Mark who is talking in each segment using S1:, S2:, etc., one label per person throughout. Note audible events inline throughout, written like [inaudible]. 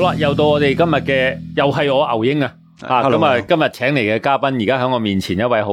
S1: 啦，又到我哋今日嘅，又系我牛英啊！啊，
S2: Hello，
S1: 咁啊，
S2: hello
S1: 今日請嚟嘅嘉賓，而家喺我面前一位好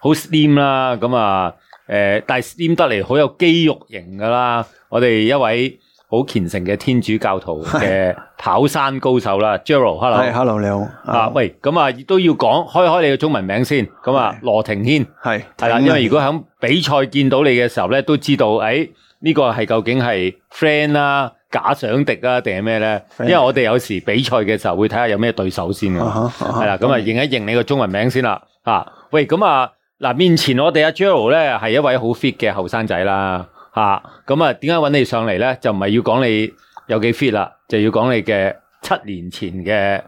S1: 好 slim 啦，咁啊，诶、但系 slim 得嚟好有肌肉型噶啦。我哋一位好虔誠嘅天主教徒嘅跑山高手啦 g e r a l h e l l
S2: 系
S1: o
S2: ，hello 你好。
S1: 啊，喂，咁啊，亦都要講開開你嘅中文名先。咁啊，羅庭軒
S2: 系
S1: 係啊啦，因為如果喺比賽見到你嘅時候咧，都知道诶呢、個係究竟係 friend 啦、假想敵啊，定係咩咧？因
S2: Friend
S1: 為我哋有時比賽嘅時候會睇下有咩對手先啊。
S2: 啊哈啊
S1: 系
S2: 哈
S1: 啦，咁啊認一認你個中文名先啦。啊，喂，咁啊嗱，面前我哋阿 Gerald 咧係一位好 fit 嘅後生仔啦。吓，咁啊，點解揾你上嚟咧？就唔係要講你有幾 fit 啦，就要講你嘅七年前嘅诶、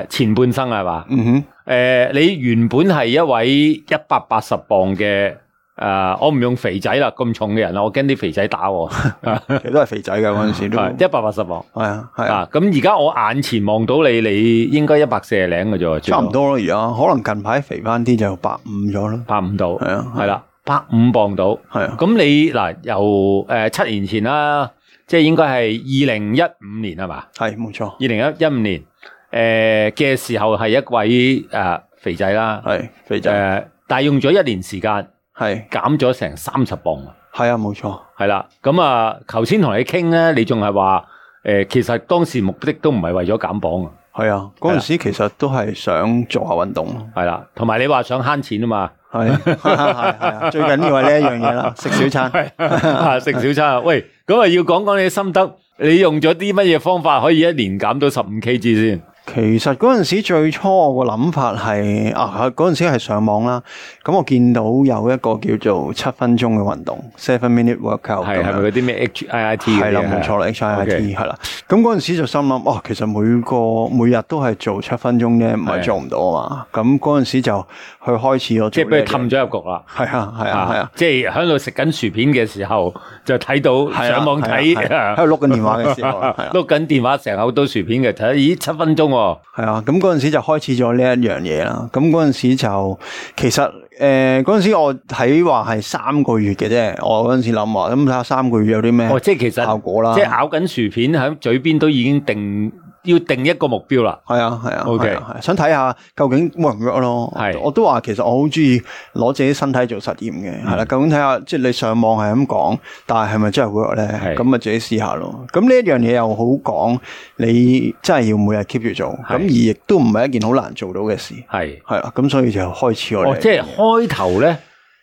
S1: 呃前半生係嘛？
S2: 嗯哼，
S1: 诶、你原本係一位一百八十磅嘅诶、呃我唔用肥仔啦，咁重嘅人啦，我驚啲肥仔打我。
S2: 其實都系肥仔嘅嗰阵时都
S1: [laughs] 一百八十磅
S2: 系啊系啊，
S1: 啊，咁而家我眼前望到你，你應該一百四廿零嘅啫喎，最
S2: 差
S1: 多
S2: 唔多咯。而家可能近排肥翻啲就百五咗啦。
S1: 百五到，
S2: 係啊
S1: 系啦，百五磅到。
S2: 系啊，
S1: 咁你嗱由诶七年前啦，即系應該係二零一五年係嘛？
S2: 系冇錯，
S1: 二零一一五年诶嘅、時候係一位诶、呃肥仔啦，
S2: 係肥
S1: 诶、
S2: 仔，
S1: 但係用咗一年時間
S2: 係
S1: 減咗成三十磅啊，
S2: 係啊冇錯，
S1: 係啦。咁啊，頭先同你傾咧，你仲係話诶，其實當時目的都唔係為咗減磅啊，
S2: 係啊嗰阵时其實都係想做下運動咯，
S1: 係啦，同埋你話想慳錢啊
S2: [laughs]
S1: 嘛。 [laughs]
S2: 係係係係啊，最緊要係呢一樣嘢啦，食小餐。
S1: 啊食小餐啊！喂，咁啊要講講你嘅心得，你用咗啲乜嘢方法可以一年減到十五 K G 先？
S2: 其實嗰陣時最初我個諗法係啊，嗰陣時係上網啦，咁我見到有一個叫做七分鐘嘅運動 （seven
S1: 係
S2: minute workout）
S1: 係
S2: 咁樣啊
S1: 咪嗰啲啊咩 H I I T
S2: 係啦，冇錯啦，HIIT 係啦。咁嗰陣時就心諗，哦，其實每個每日都係做七分鐘啫，唔
S1: 係
S2: 係做唔到啊嘛。咁嗰陣時就去開始我
S1: 即係
S2: 做
S1: 俾佢
S2: 呢樣嘢
S1: 氹咗入局啦。
S2: 係啊，係啊，係啊，
S1: 即係喺度食緊薯片嘅時候，就睇到
S2: 係啊
S1: 上網睇，
S2: 係啊係啊喺度碌緊電話嘅時
S1: [laughs]
S2: 候，係啊。
S1: 碌緊電話成口都薯片嘅，睇咦七分鐘喎，
S2: 係啊，咁嗰陣時就開始咗呢一樣嘢啦。咁嗰陣時就其實誒嗰陣時我睇話係三個月嘅啫。我嗰陣時諗話，咁睇下三個月有啲咩
S1: 哦，即係其實
S2: 效果啦。
S1: 即係咬緊薯片喺嘴邊都已經定要定一個目標啦。
S2: 係啊，係啊
S1: OK
S2: 係啊係啊想睇下究竟 work 唔 work 咯。
S1: 係
S2: 我都話其實我好中意攞自己身體做實驗嘅，
S1: 嗯
S2: 係啦。究竟睇下即係你上網係咁講，但係係咪真係 work
S1: 係
S2: 咧？咁咪自己試下咯。咁呢一樣嘢又好講，你真係要每日 keep 住做，
S1: 係
S2: 咁而亦都唔係一件好難做到嘅事。
S1: 係，
S2: 係啦，咁所以就開始我哋。
S1: 哦，即係開頭咧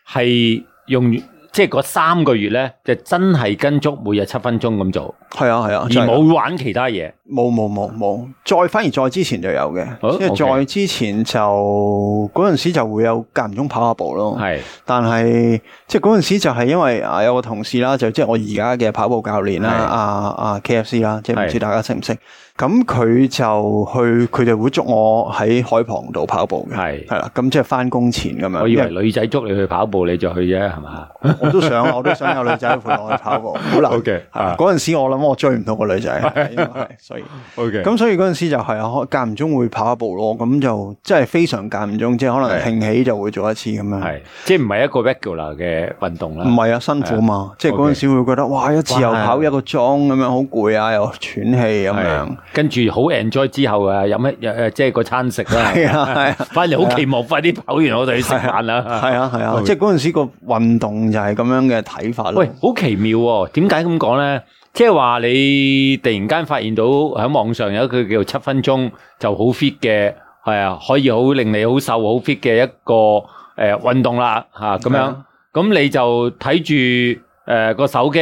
S1: 係用即係嗰三個月咧，就真係跟足每日七分鐘咁做，
S2: 系啊系啊，
S1: 而
S2: 真係
S1: 冇玩其他嘢。
S2: 冇冇冇冇，再反而再之前就有嘅
S1: 好，
S2: 即
S1: OK
S2: 係再之前就嗰阵时就會有間唔中跑下步咯。
S1: 係
S2: 但係即係嗰阵时就係因為啊有個同事啦，就即係我而家嘅跑步教練啦，
S1: 係
S2: 啊啊 K F C 啦，即係唔
S1: 係
S2: 知大家識唔識？咁佢就去佢哋會捉我喺海旁度跑步嘅，
S1: 係，
S2: 係啦，咁即係翻工前咁樣。
S1: 我以為
S2: 因為
S1: 女仔捉你去跑步你就去啫，係嘛
S2: 我都想，我都想
S1: [laughs]
S2: 有女仔陪我去跑步，好難。
S1: ？OK 啊
S2: 係啦嗰阵时我諗我追唔到個女仔，因為係所以。
S1: OK
S2: 咁所以嗰陣時就係啊，間唔中會跑下步咯，咁就即係非常間唔中，即係可能
S1: 係
S2: 興起就會做一次咁樣。
S1: 系，即系唔係一個 regular 嘅運動
S2: 唔
S1: 啦。
S2: 係啊，辛苦嘛，即係
S1: OK
S2: 嗰陣時會覺得哇，一次又
S1: 哇
S2: 跑一個鐘咁樣，好攰啊，又喘氣咁樣
S1: 係。跟住好 enjoy 之後啊，飲一诶，即係個餐食啦。
S2: 係啊係啊
S1: 翻嚟好期望快啲跑完，我哋去食飯啦。
S2: 係啊係啊
S1: [laughs] OK，
S2: 即係嗰陣時個運動就係咁樣嘅睇法咯
S1: 喂。，好奇妙喎！點解咁講咧？即係話你突然間發現到喺網上有一句叫七分鐘就好 fit 嘅，係啊，可以好令你好瘦好 fit 嘅一個诶运动啦吓咁
S2: 係
S1: 樣。
S2: 啊
S1: 咁你就睇住诶個手機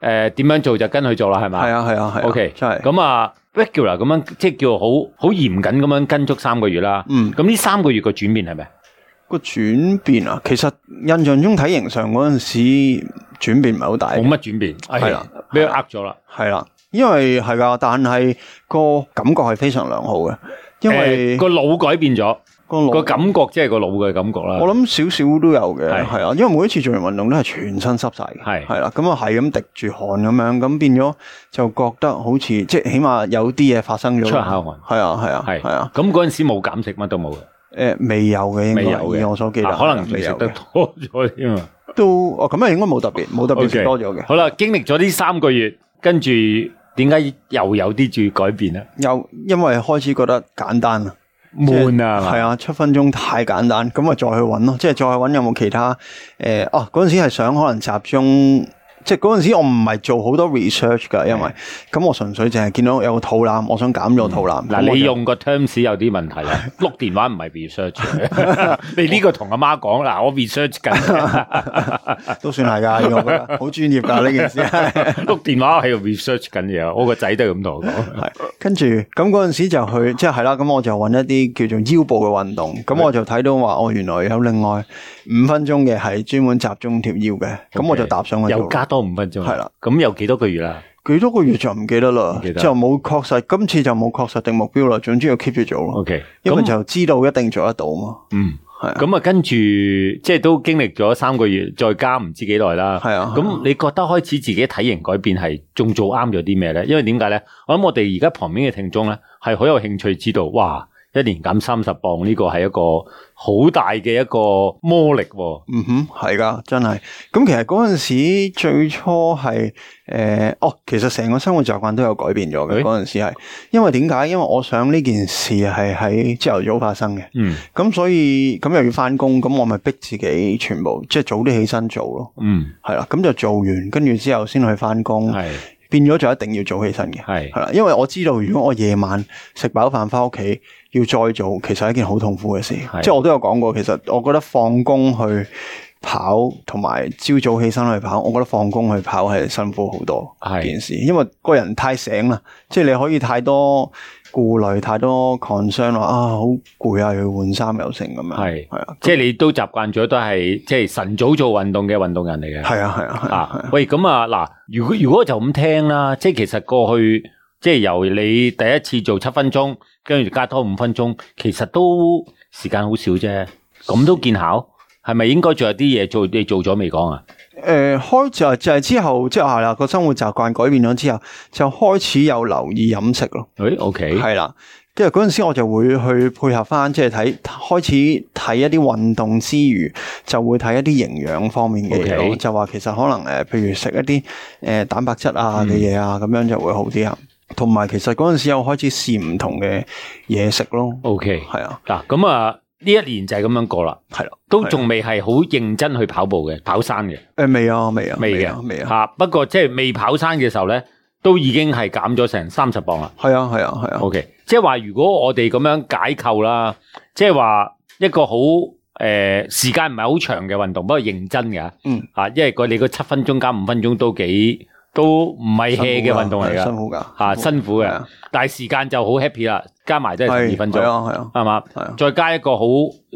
S1: 诶點樣做就跟佢做啦，係咪？
S2: 係啊係啊係啊
S1: OK，
S2: 真係
S1: 咁啊，regular 咁樣即係叫好好嚴謹咁樣跟足三個月啦。
S2: 嗯
S1: 咁呢三個月個轉變係咪？
S2: 個轉變啊，其實印象中體型上嗰陣時轉變唔係好大嘅
S1: 冇乜轉變，係
S2: 係啦，
S1: 俾佢呃咗啦。
S2: 系啦，因為係噶，但係個感覺係非常良好嘅，因為
S1: 誒個腦改變咗，
S2: 個腦
S1: 個感覺即係個腦嘅感覺啦。
S2: 我諗少少都有嘅，
S1: 係
S2: 係啊，因為每一次做完運動都係全身濕晒嘅，
S1: 係
S2: 係啦，咁啊係咁滴住汗咁樣，咁變咗就覺得好似即係起碼有啲嘢發生咗，
S1: 出下汗
S2: 係啊係啊
S1: 係
S2: 係啊，
S1: 咁嗰陣時冇減食，乜都冇嘅，
S2: 誒未有嘅應
S1: 未有
S2: 該，以
S1: 嘅。
S2: 我所記得，
S1: 啊可能你
S2: 未
S1: 食
S2: 有
S1: 得
S2: 嘅，
S1: 多咗添啊。
S2: 都哦咁啊應該冇特別冇特別
S1: OK
S2: 食多咗嘅，
S1: 好啦，經歷咗呢三個月，跟住點解又有啲住改變咧？
S2: 又因為開始覺得簡單啦，
S1: 悶啊，
S2: 係
S1: 啊，
S2: 啊，七分鐘太簡單，咁啊再去揾咯，即係再去揾有冇其他诶、呃哦嗰阵时係想可能集中，即係嗰阵时我唔係做好多 research 㗎，因為咁我純粹淨係見到有個肚腩，我想減咗個肚腩。咁
S1: 嗯嗱，
S2: 我
S1: 你
S2: 就
S1: 用個 terms 有啲問題
S2: [laughs]
S1: 啊，碌電話唔係 research，嘅你呢個同阿媽講嗱，我 research
S2: [laughs]
S1: 緊，
S2: 都算
S1: [laughs]
S2: 係㗎，我覺得好專業㗎呢件事。
S1: 碌電話我喺度 research 緊嘢，我個仔都係咁同我講。
S2: 係，跟住咁嗰陣時就去，即係係啦，咁我就揾一啲叫做腰部嘅運動，咁我就睇到話，哦，原來有另外五分鐘嘅係專門集中條腰嘅，咁我就搭上去
S1: 又
S2: 做。
S1: 加多五分鐘，
S2: 係啦，
S1: 咁有幾多個月啦？
S2: 幾多個月就唔記得啦
S1: 唔記，得
S2: 就冇確實，今次就冇確實定目標啦。總之要 keep 住做咯
S1: OK，
S2: 因為
S1: 哦咁
S2: 就知道一定做得到嘛。
S1: 嗯，
S2: 係啊
S1: 咁啊，跟住即係都經歷咗三個月，再加唔知幾耐啦。
S2: 係啊係
S1: 咁你覺得開始自己體型改變係仲做啱咗啲咩咧？因為點解咧？我諗我哋而家旁邊嘅聽眾咧係好有興趣知道，哇！一年減三十磅呢個係一個好大嘅一個魔力喎。
S2: 嗯哼，係噶，真係。咁其實嗰陣時最初係诶、呃哦，其實成個生活習慣都有改變咗
S1: 誒
S2: 嘅。嗰陣時係因為點解？因為我想呢件事係喺朝頭早發生嘅。
S1: 嗯
S2: 咁所以咁又要翻工，咁我咪逼自己全部即係早啲起身做咯，
S1: 嗯，
S2: 係啦，咁就做完，跟住之後先去翻工，
S1: 係
S2: 變咗就一定要早起身嘅，
S1: 係
S2: 係啦，因為我知道如果我夜晚食飽飯翻屋企要再做，其實係一件好痛苦嘅事，
S1: 係
S2: 即係我都有講過，其實我覺得放工去跑同埋朝早起身去跑，我覺得放工去跑係辛苦好多
S1: 係
S2: 件事，因為個人太醒啦，即係你可以太多顧慮、太多 concern 話啊，好攰啊，又要換衫又成咁樣，
S1: 係
S2: 係啊，
S1: 即係你都習慣咗，都係即係晨早做運動嘅運動人嚟嘅。
S2: 係啊，係啊，係啊，
S1: 啊，喂，咁啊，嗱，如果如果就咁聽啦，即係其實過去即係由你第一次做七分鐘，跟住加多五分鐘，其實都時間好少啫，咁都見效，係咪應該仲有啲嘢做？你做咗未講啊？
S2: 誒、開就就係之後，即係係啦，個生活習慣改變咗之後，就開始有留意飲食咯。
S1: 誒，OK，
S2: 係啦，跟住嗰陣時我就會去配合翻，即係睇開始睇一啲運動之餘，就會睇一啲營養方面嘅嘢咯
S1: OK
S2: 就話其實可能誒、呃譬如食一啲誒、呃蛋白質啊
S1: 嗯
S2: 嘅嘢啊，咁、樣就會好啲啊。同埋其實嗰陣時又開始試唔同嘅嘢食咯，
S1: ，OK，
S2: 係啊，
S1: 嗱，咁啊，呢一年就係咁樣過啦，
S2: 係咯，
S1: 都仲未係好認真去跑步嘅，跑山嘅，
S2: 誒未啊，未啊，
S1: 未
S2: 啊，未
S1: 嘅，
S2: 啊。
S1: 嚇，不過即係未跑山嘅時候咧，都已經係減咗成三十磅啦。
S2: 係啊，係啊，係啊，
S1: O K，即系话如果我哋咁样解构啦，即系话一个好诶、呃、时间唔系好长嘅运动，不过认真嘅，
S2: 嗯，
S1: 啊，因为佢你嗰七分钟加五分钟都几都唔系 hea 嘅运动嚟
S2: 辛
S1: 噶，
S2: 苦㗎，
S1: 吓辛苦
S2: 係
S1: 嘅
S2: 啊，
S1: 但系时間就好 happy 啦，加埋都系十二分
S2: 係
S1: 鐘，
S2: 啊，係啊，
S1: 係嘛
S2: 係啊，
S1: 再加一個好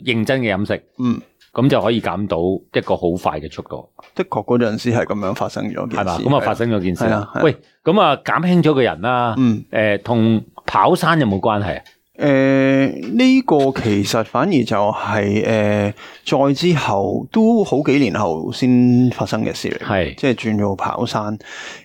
S1: 認真嘅飲食，
S2: 嗯。
S1: 咁就可以減到一個好快嘅速度，
S2: 的確嗰陣時係咁樣發生咗件
S1: 係
S2: 事，
S1: 嘛？咁啊
S2: 係
S1: 發，生咗件事
S2: 係
S1: 啦
S2: 啊係啊，
S1: 喂，咁啊減輕咗個人啦，
S2: 嗯，
S1: 诶，同跑山有冇關係啊？
S2: 誒、呃呢、個其實反而就係、呃再之後都好幾年後先發生嘅事嚟，
S1: 係
S2: 即係轉做跑山。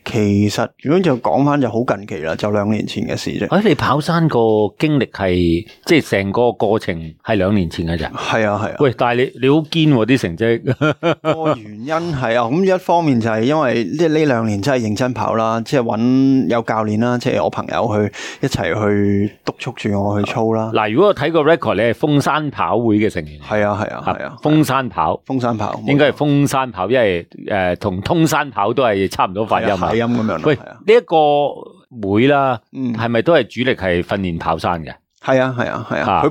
S2: 其實如果就講翻就好近期啦，就兩年前嘅事啫。
S1: 诶、你跑山個經歷係即係成個過程係兩年前嘅咋？
S2: 係啊係啊，
S1: 喂，但係你你好堅喎啲成績，
S2: 個原因係啊，咁一方面就係因為呢呢兩年真係認真跑啦，即係揾有教練啦，即係我朋友去一齊去督促住我去操啦。
S1: [laughs] 嗱，如果我睇個 record，你係峰山跑會嘅成員，
S2: 係啊係啊係啊，
S1: 峰山跑
S2: 風山跑
S1: 應該係峰山跑，因為诶同通山跑都係差唔多發音啊
S2: 係。音咁樣咯。
S1: 喂，
S2: 係啊
S1: 呢一個會啦，
S2: 嗯
S1: 係咪都係主力係訓練跑山嘅？
S2: 係啊，係啊，係啊，
S1: 嚇
S2: 佢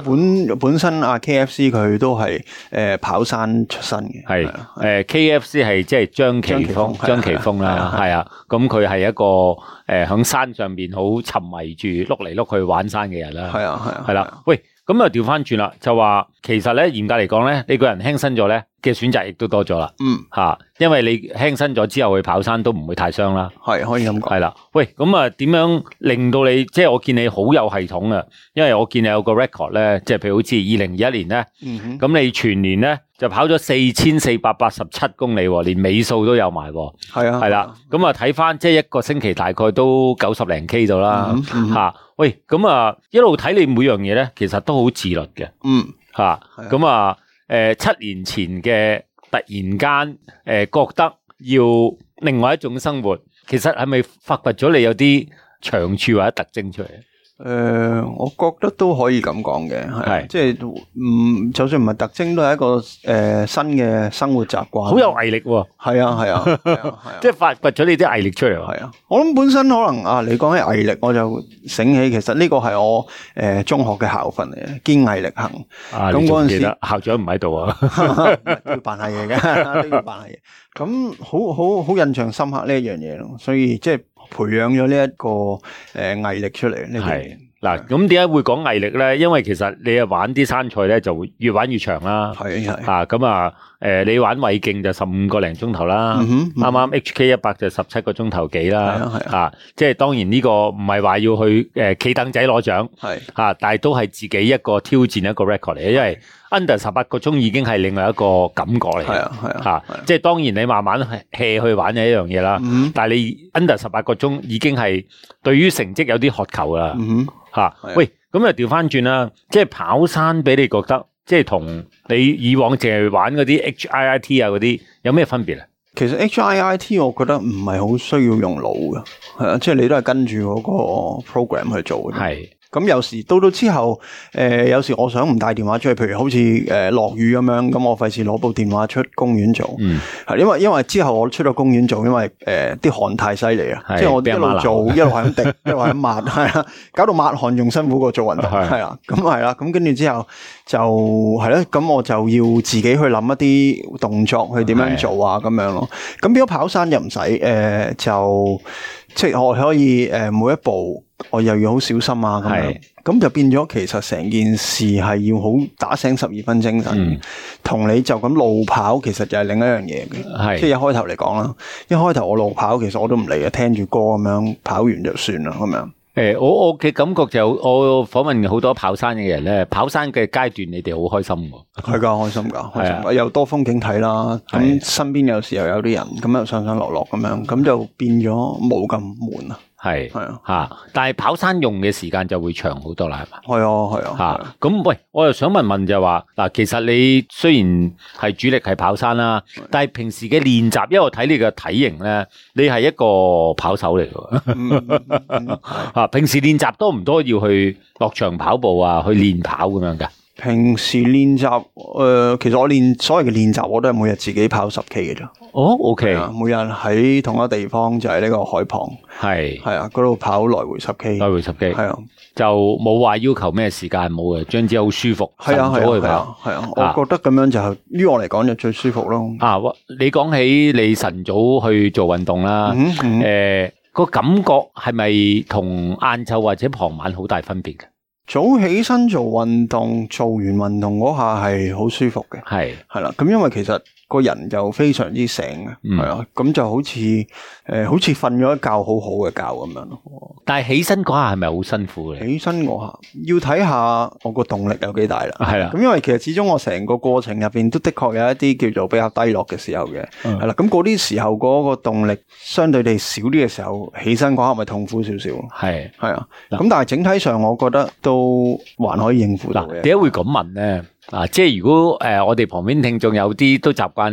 S2: 本本身啊 KFC 佢都係诶、呃跑山出身嘅，
S1: 係
S2: 啊
S1: 诶 KFC 係即係張
S2: 張
S1: 其
S2: 其
S1: 峰
S2: 峰，係
S1: 張
S2: 啊
S1: 其峰
S2: 係
S1: 啦
S2: 啊，
S1: 係啊，咁佢係一個诶响山上边好沉迷住碌嚟碌去玩山嘅人啦。
S2: 係啊，係啊，
S1: 系啦，喂，咁啊又調翻轉啦，就話其實咧，嚴格嚟講咧，你個人輕身咗咧嘅選擇亦都多咗啦，
S2: 嗯，
S1: 吓、因為你輕身咗之後去跑山都唔會太傷啦，
S2: 係可以咁講。
S1: 係啦，喂，咁啊點樣令到你即係我見你好有系統啊，因為我見你有個 record 咧，即係譬如好似二零二一年咧，
S2: 嗯哼，
S1: 咁你全年咧就跑咗四千四百八十七公里喎，連尾數都有埋喎。
S2: 係啊，
S1: 系啦，咁啊睇翻即系一個星期大概都九十零 K 度啦
S2: 嗯嗯
S1: 吓。喂，咁啊一路睇你每樣嘢咧，其實都好自律嘅
S2: 嗯，
S1: 吓。
S2: 係啊
S1: 咁啊，诶、七年前嘅突然間诶、呃、觉得要另外一種生活，其實係咪發掘咗你有啲長處或者特徵出嚟？
S2: 诶、呃我覺得都可以咁講嘅，係啊
S1: 係
S2: 即係唔就算唔係特徵，都係一個诶、誒新嘅生活習慣。
S1: 好有毅力喎，
S2: 係
S1: [laughs]
S2: 啊係啊係啊係啊
S1: 即係發掘咗你啲毅力出嚟喎。
S2: 系啊，我諗本身可能啊，你講起毅力，我就醒起其實呢個係我诶、誒中學嘅校訓嚟嘅，堅毅力行。
S1: 啊，
S2: 咁
S1: 你仲
S2: 嗰陣
S1: 記
S2: 時
S1: 得校長唔喺度啊？
S2: 唔係都 [laughs] 要扮下嘢嘅， [laughs] 都要扮下嘢。咁好好好印象深刻呢一樣嘢咯，所以即係培養咗呢一個诶、毅力出嚟呢樣嘢
S1: 係。 [laughs] 嗱，咁點解會講毅力咧？因為其實你啊玩啲山賽咧，就會越玩越長啦。
S2: 係係，
S1: 啊，咁啊，诶、你玩胃徑就十五個零鐘頭啦，
S2: 嗯哼
S1: 啱
S2: 嗯
S1: 啱 HK 一百就十七個鐘頭幾
S2: 係
S1: 啦
S2: 啊，係
S1: 啊，即係當然呢個唔係話要去诶企凳仔攞獎
S2: 係
S1: 啊，但係都係自己一個挑戰一個 record 嚟嘅，因為 under 十八個鐘已經係另外一個感覺嚟
S2: 係
S1: 嘅，
S2: 啊係啊，
S1: 吓，即係當然你慢慢 hea 去玩嘅一樣嘢啦，
S2: 嗯
S1: 但係你 under 十八個鐘已經係對於成績有啲渴求啦。
S2: 嗯哼
S1: 吓、
S2: 係啊
S1: 喂，咁啊調翻轉啦，即係跑山俾你覺得，即係同你以往淨係玩嗰啲 HIIT 啊嗰啲有咩分別啊？
S2: 其實 HIIT 我覺得唔係好需要用腦嘅，係啊，即係你都係跟住嗰個 program 去做嘅。
S1: 係
S2: 咁有時到到之後，誒、有時我想唔帶電話出去，譬如好似誒落雨咁樣，咁我費事攞部電話出公園做，
S1: 嗯
S2: 係、因為因為之後我出咗公園做，因為誒啲、汗太犀利啊，
S1: 係
S2: 即係我
S1: 俾
S2: 一
S1: 阿媽
S2: 路
S1: 鬧 [laughs]
S2: 做一路係咁滴，一路係咁抹，係啊，搞到抹汗仲辛苦過做運
S1: [laughs]
S2: 動，
S1: 係
S2: 係啦，啊咁係啦，咁跟住之後就係咯，咁我就要自己去諗一啲動作去點樣做啊，咁樣咯。咁變咗跑山又唔使誒，就即係我可以誒、呃每一步我又要好小心啊咁樣
S1: 係。
S2: 咁就變咗其實成件事係要好打醒十二分精神
S1: 嗯，
S2: 同、你就咁路跑其實就係另一樣嘢嘅。即
S1: 係
S2: 係一開頭嚟講啦，一開頭我路跑其實我都唔理嘅，聽住歌咁樣跑完就算啦咁樣。
S1: 诶、我我嘅感覺就我訪問好多跑山嘅人咧，跑山嘅階段你哋好開心喎，
S2: 係噶，開心噶，開
S1: 係
S2: 心
S1: 啊
S2: 㗎又多風景睇啦。
S1: 係
S2: 咁身邊有時又有啲人，咁又上上落落咁樣，咁就變咗冇咁悶啊。
S1: 係
S2: 係啊，
S1: 吓、但係跑山用嘅時間就會長好多啦，係嘛？
S2: 係啊，係啊。
S1: 吓，咁、喂，我又想問問就話嗱，其實你雖然係主力係跑山啦，但係平時嘅練習，因為我睇你嘅體型咧，你係一個跑手嚟嘅。
S2: 嗯嗯嗯嗯嗯係
S1: 啊，平時練習多唔多要去落場跑步啊，去練跑咁樣噶？
S2: 平時練習，誒，其實我練所謂嘅練習，我都係每日自己跑十 K 嘅啫。
S1: 哦，OK，
S2: 係啊每日喺同一個地方，就係呢個海旁，
S1: 係
S2: 係啊，嗰度跑來回十 K，
S1: 來回十幾，
S2: 係啊。
S1: 就冇話要求咩時間冇嘅，將自己好舒服，
S2: 係啊，
S1: 晨早去
S2: 係
S1: 跑。
S2: 啊，係啊，
S1: 啊
S2: 我覺得咁樣就係於我嚟講就最舒服咯。
S1: 啊，哇你講起你晨早去做運動啦，
S2: 嗯嗯
S1: 誒個感覺係咪同晏晝或者傍晚好大分別嘅？
S2: 早起身做運動，做完運動嗰下係好舒服嘅，
S1: 係
S2: 係啦。咁因為其實個人就非常之醒嘅，
S1: 嗯
S2: 係啊，咁就好似誒、呃好似瞓咗一覺好好嘅覺咁樣咯。
S1: 但係起身嗰下係咪好辛苦嘅？
S2: 起身嗰下要睇下我個動力有幾大啦。
S1: 係啦，
S2: 咁因為其實始終我成個過程入邊都的確有一啲叫做比較低落嘅時候嘅，
S1: 嗯
S2: 係啦、咁嗰啲時候嗰個動力相對地少啲嘅時候，起身嗰刻咪痛苦少少咯。
S1: 係。
S2: 係啊，
S1: 嗱
S2: 咁但係整體上我覺得都還可以應付到
S1: 嗱，
S2: 嘅
S1: 點。解會咁問咧？啊，即係如果誒、呃我哋旁邊聽眾有啲都習慣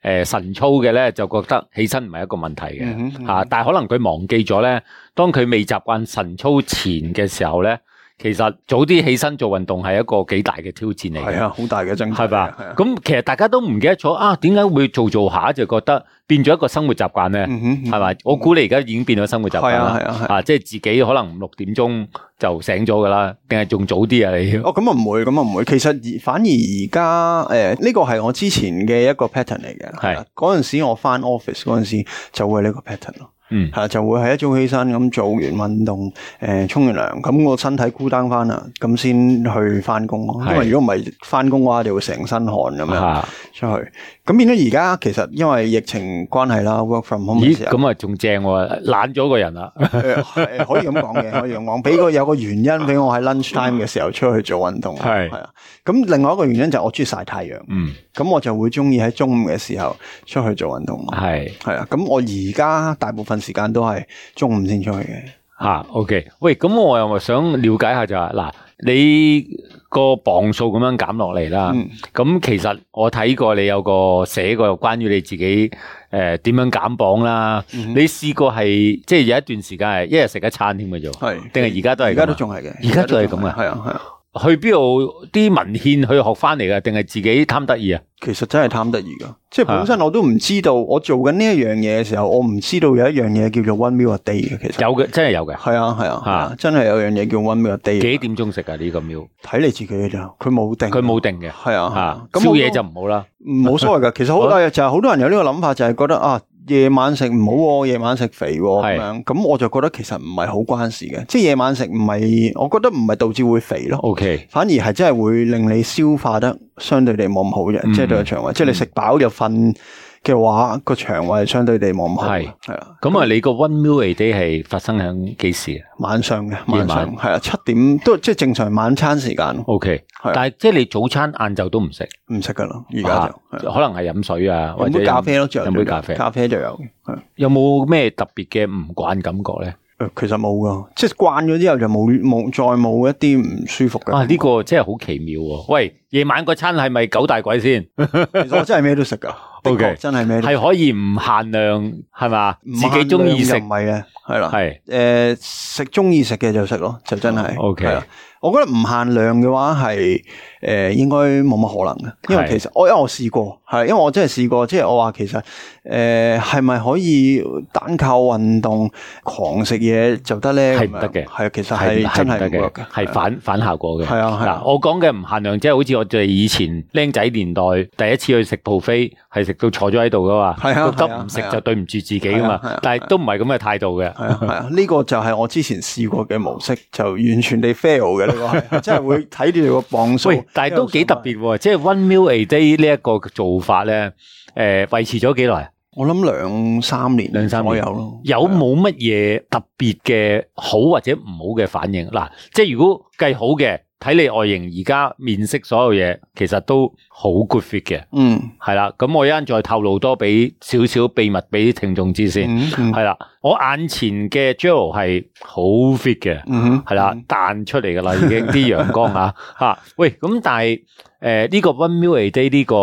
S1: 誒晨操嘅咧，就覺得起身唔係一個問題嘅嚇、
S2: 嗯哼嗯哼
S1: 啊但係可能佢忘記咗咧，當佢未習慣晨操前嘅時候咧，其實早啲起身做運動係一個幾大嘅挑戰嚟
S2: 係
S1: 嘅。
S2: 啊，好大嘅爭
S1: 係吧
S2: 係啊？
S1: 咁其實大家都唔記得咗啊，點解會做做下就覺得變咗一個生活習慣咧？
S2: 嗯哼，
S1: 係咪？我估你而家已經變咗生活習慣
S2: 係啊，
S1: 啦
S2: 係。啊，係啊。
S1: 啊，即係自己可能五六點鐘就醒咗噶啦，定係仲早啲啊？你
S2: 哦，咁啊唔會，咁啊唔會。其實而反而而家呃誒呢個係我之前嘅一個 pattern 嚟嘅。
S1: 係
S2: 係啊嗰陣時我翻 office 嗰陣時就會係呢個 pattern 咯。
S1: 嗯
S2: 係啦，就會係一早起身咁做完運動，誒沖完涼，咁個身體 cool down 翻啦，咁先去翻工咯。
S1: 係
S2: 因為如果唔係翻工嘅話，就會成身汗咁樣
S1: 啊
S2: 出去。咁變咗而家其實因為疫情關係啦，work from home 嘅
S1: 咦，
S2: 時候
S1: 咁啊仲正喎，懶咗個人啊啦，
S2: 誒係可以咁
S1: [laughs]
S2: 講嘅，可以咁講，俾個有個原因俾我喺 lunch time 嘅時候出去做運動，
S1: 係
S2: 係啊。咁另外一個原因就係我中意曬太陽，
S1: 嗯，
S2: 咁我就會中意喺中午嘅時候出去做運動。
S1: [laughs] 係
S2: 係啊，咁我而家大部分時間都係中午先出去嘅。
S1: 吓，OK。喂，咁我又咪想了解下就係嗱，你個磅數咁樣減落嚟啦。
S2: 嗯
S1: 咁、其實我睇過你有個寫過關於你自己诶点、樣減磅啦。
S2: 嗯
S1: 你試過係即係有一段時間係一日食一餐添嘅啫喎，
S2: 係
S1: 定係而家都係咁啊？
S2: 而家都仲係嘅，
S1: 而家都係咁啊
S2: 係啊係啊，
S1: 去邊度啲文獻去學翻嚟嘅，定係自己貪得意啊？
S2: 其實真係貪得意噶，即係本身我都唔知道，我做緊呢一樣嘢嘅時候，我唔知道有一樣嘢叫做 one meal a day 嘅，其實
S1: 有嘅，真係有嘅。
S2: 係啊係啊係啊，真係有樣嘢叫 one meal a day，
S1: 幾點鐘食啊？呢個 meal
S2: 睇你自己嘅咋，佢冇定，
S1: 佢冇定嘅，
S2: 係啊
S1: 啊
S2: 係啊，，咁
S1: 宵
S2: 我
S1: 夜
S2: 都
S1: 就唔好啦。
S2: 冇所謂噶，其
S1: [laughs]
S2: 實好大嘅就係好多人有呢個諗法，就係覺得啊夜晚食唔好喎，夜晚食肥喎
S1: 係
S2: 咁樣。咁我就覺得其實唔係好關事嘅，即係夜晚食唔係，我覺得唔係導致會肥咯。
S1: O K，
S2: 反而係真係會令你消化得相對地冇咁好啫，
S1: 嗯
S2: 即係對個腸胃。即係你食飽就瞓嘅話，個腸胃相對地冇咁好。
S1: 係
S2: 係啊，
S1: 咁啊，你個 one meal a day 係發生喺幾時啊
S2: 晚上嘅
S1: 夜晚
S2: 晚上係啊，七點都即係正常晚餐時間咯，
S1: ？O K，
S2: 係啊
S1: 但係即係你早餐、晏晝都唔食，
S2: 唔食噶啦，而家
S1: 啊
S2: 就係啊
S1: 可能係飲水啊，或
S2: 飲
S1: 者
S2: 杯咖啡咯，最後
S1: 飲杯咖啡。
S2: 咖啡就有。係啊
S1: 有冇咩特別嘅唔慣感覺咧？
S2: 誒其實冇噶，即係慣咗之後就冇冇再冇一啲唔舒服嘅。
S1: 啊，呢個真係好奇妙喎！喂，夜晚個餐係咪九大鬼先？
S2: 其實我真係咩都食噶
S1: [laughs] OK
S2: 的確真係咩都食
S1: 係可以唔限量係嘛？
S2: 唔
S1: 自己中意食
S2: 限量就唔係嘅，係啦。
S1: 係
S2: 誒呃食中意食嘅就食咯，就真係。
S1: 哦 OK
S2: 係啦我覺得唔限量嘅話係誒、呃、應該冇乜可能嘅，因為
S1: 係
S2: 其實我因為我試過係，因為我真係試過，即係我話其實誒係咪可以單靠運動狂食嘢就得咧？
S1: 係唔得嘅
S2: 係啊其實
S1: 係
S2: 係
S1: 係
S2: 真
S1: 唔
S2: 係啊
S1: 得
S2: 唔 work
S1: 嘅，係反反效果嘅。
S2: 係啊係啊
S1: 嗱，我講嘅唔限量，即係好似我哋以前僆仔年代第一次去食 buffet，係食到坐咗喺度噶嘛，
S2: 係啊
S1: 覺
S2: 係
S1: 得
S2: 啊
S1: 唔食
S2: 係啊
S1: 就對唔住自己噶嘛
S2: 係啊係啊，
S1: 但係都唔係咁嘅態度嘅。
S2: 系啊系啊，呢個就係我之前試過嘅模式，就完全地 fail 嘅呢個
S1: [laughs]
S2: 係，真係會睇住個磅數
S1: 喂，。但係都幾特別喎，即係 one meal a day 呢一個做法咧，誒維持咗幾耐？
S2: 我諗兩三年
S1: 兩三年
S2: 左右咯。
S1: 有冇乜嘢特別嘅好或者唔好嘅反應？嗱，即係如果計好嘅，睇你外形而家面色所有嘢，其實都好 good fit 嘅。
S2: 嗯？
S1: 系啦，咁我一阵再透露多俾少少秘密俾啲听众知先。
S2: 嗯嗯
S1: 系啦、我眼前嘅 j e r o 系好 fit 嘅，
S2: 嗯哼
S1: 系啦，彈出嚟噶啦，已經啲陽光
S2: [laughs]
S1: 吓吓、啊喂，咁但係诶呢個 one meal a day 呢個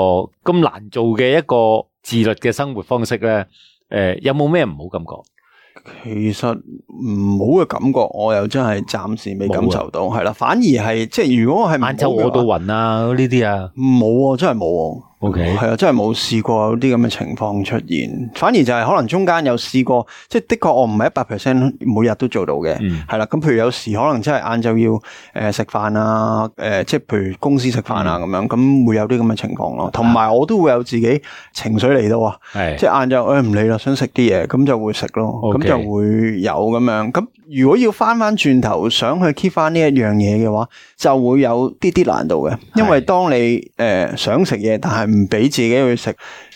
S1: 咁難做嘅一個自律嘅生活方式咧，诶、有冇咩唔好感覺？
S2: 其實唔好嘅感覺，我又真係暫時未感受到，係啦。反而係即係如果係唔好
S1: 晏晝
S2: 嘅
S1: 餓到
S2: 話
S1: 暈啊，呢啲啊，
S2: 冇啊，真係冇啊。
S1: OK
S2: 係啊，真係冇試過有啲咁嘅情況出現。反而就係可能中間有試過，即係的確我唔係一百 percent 每日都做到嘅。
S1: 嗯
S2: 係啦，咁譬如有時可能真係晏晝要誒呃食飯啊，誒即係譬如公司食飯
S1: 嗯
S2: 啊咁樣，咁會有啲咁嘅情況咯。同埋我都會有自己情緒嚟到啊。
S1: 係
S2: 即係晏晝，誒唔理啦，想食啲嘢，咁就會食咯，咁
S1: OK
S2: 就會有咁樣。咁如果要翻翻轉頭想去 keep 翻呢一樣嘢嘅話，就會有啲啲難度嘅，因為
S1: 係
S2: 當你誒、呃想食嘢，但係唔俾自己去食，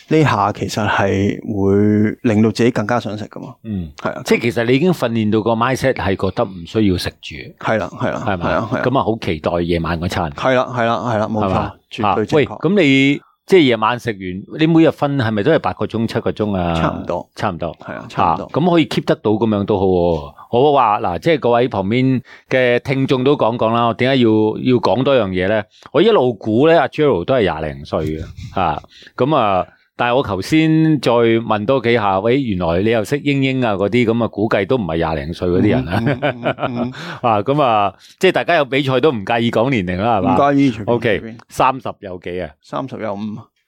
S2: 呢下其實係會令到自己更加想食噶嘛。
S1: 嗯，
S2: 係啊，
S1: 即係其實你已經訓練到個 mindset 係覺得唔需要食住，
S2: 係啦，係啦，
S1: 係
S2: 係
S1: 咪？
S2: 啊，係啊，
S1: 咁啊，好期待夜晚嗰餐。
S2: 係啦，係啦，係啦，冇
S1: 係
S2: 錯
S1: 嘛，
S2: 絕對
S1: 啊
S2: 正
S1: 喂，
S2: 確。
S1: 咁你即系夜晚食完，你每日瞓係咪都係八個鐘、七個鐘啊？
S2: 差唔多，
S1: 差唔多。
S2: 係啊，差唔
S1: 啊
S2: 多。
S1: 咁可以 keep 得到咁樣都好、喎。我話嗱，即係各位旁邊嘅聽眾都講講啦，我點解要要講多樣嘢咧？我一路估咧，阿 j e r o 都係廿零歲嘅嚇，咁啊。但係我頭先再問多幾下，喂，原來你又識英英啊嗰啲，咁啊估計都唔係廿零歲嗰啲人啊啦，
S2: 嗯
S1: [laughs]
S2: 嗯嗯
S1: 啊咁啊，即係大家有比賽都唔介意講年齡啊啦，係
S2: 嗯唔
S1: 嘛
S2: 介意，隨便隨
S1: ？OK，
S2: 便
S1: 三十有幾啊？
S2: 三十有五，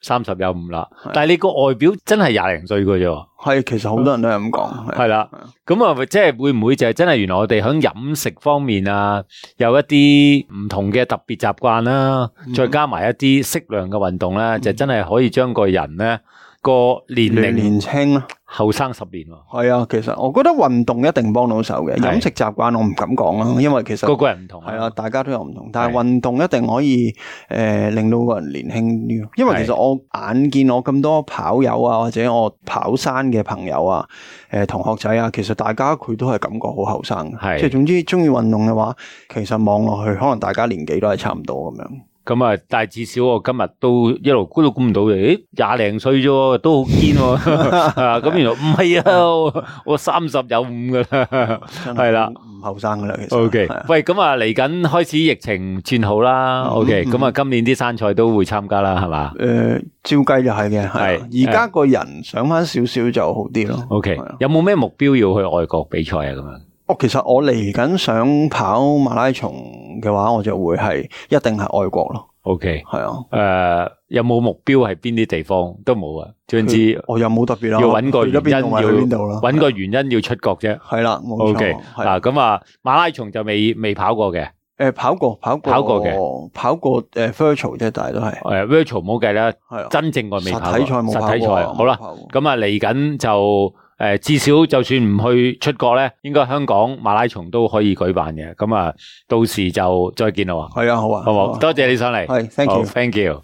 S1: 三十有五啦
S2: 係，
S1: 但系你個外表真係廿零歲嘅啫喎，
S2: 係其實好多人都係咁講，
S1: 係
S2: 係
S1: 啦
S2: 啊。
S1: 咁啊，即係會唔會就係真係原來我哋喺飲食方面啊，有一啲唔同嘅特別習慣啦，再
S2: 嗯
S1: 加埋一啲適量嘅運動啦，就真係可以將個人咧個年
S2: 年
S1: 齡
S2: 年青啦。
S1: 後生十年喎，
S2: 系啊，其實我覺得運動一定幫到手嘅，
S1: 係
S2: 飲食習慣我唔敢講啦，因為其實
S1: 個個人唔同
S2: 係啊，
S1: 啊。
S2: 大家都有唔同，但係
S1: 係
S2: 運動一定可以诶、呃令到個人年輕啲咯。因為其
S1: 係
S2: 實我眼見我咁多跑友啊，或者我跑山嘅朋友啊，诶、同學仔啊，其實大家佢都係感覺好後生嘅，
S1: 係
S2: 即係總之中意運動嘅話，其實望落去可能大家年紀都係差唔多咁樣。
S1: 咁啊，但系至少我今日都一路估都估唔到嘅，诶廿零歲啫喎，都好堅
S2: [laughs]
S1: 喎，啊咁原來唔係啊，我我三十有五噶啦，
S2: 真
S1: 係啦
S2: 唔唔後生噶啦，其實
S1: O K，
S2: 係啊嗯
S1: 喂，咁啊，嚟緊開始疫情轉好啦，O K，咁啊，今年啲山賽都會參加啦，係嘛
S2: 诶，呃照計就係嘅，係
S1: 係
S2: 啊而家個人上翻少少就好啲咯。
S1: ？O K，
S2: 係啊
S1: 有冇咩目標要去外國比賽啊？咁樣
S2: 哦，其實我嚟緊想跑馬拉松嘅話，我就會係一定係外國咯，
S1: O K，
S2: 係啊。
S1: 诶，呃有冇目標係邊啲地方都冇啊？總之
S2: 我又冇特別啦，
S1: 要揾個
S2: 去
S1: 原因
S2: 咗邊
S1: 要
S2: 同埋去邊度啦，
S1: 揾個原因要出國啫。
S2: 係啦，冇
S1: O
S2: 錯
S1: K，
S2: 係啊
S1: 嗱咁啊，馬拉松就未未跑過嘅，
S2: 诶，跑過跑過
S1: 跑過嘅，
S2: 跑過诶 virtual 啫，但係都係
S1: 诶 virtual 冇計啦，
S2: 係啊
S1: 真正我未跑過。
S2: 實體賽冇跑過
S1: 實體賽好啦
S2: 冇跑過，
S1: 咁啊嚟緊就诶、誒至少就算唔去出國咧，應該香港馬拉松都可以舉辦嘅。咁啊，到時就再見啦喎，
S2: 係啊，好啊，
S1: 好
S2: 好
S1: 冇？
S2: 啊
S1: 多謝你上嚟，
S2: 係，thank you
S1: 好，thank you。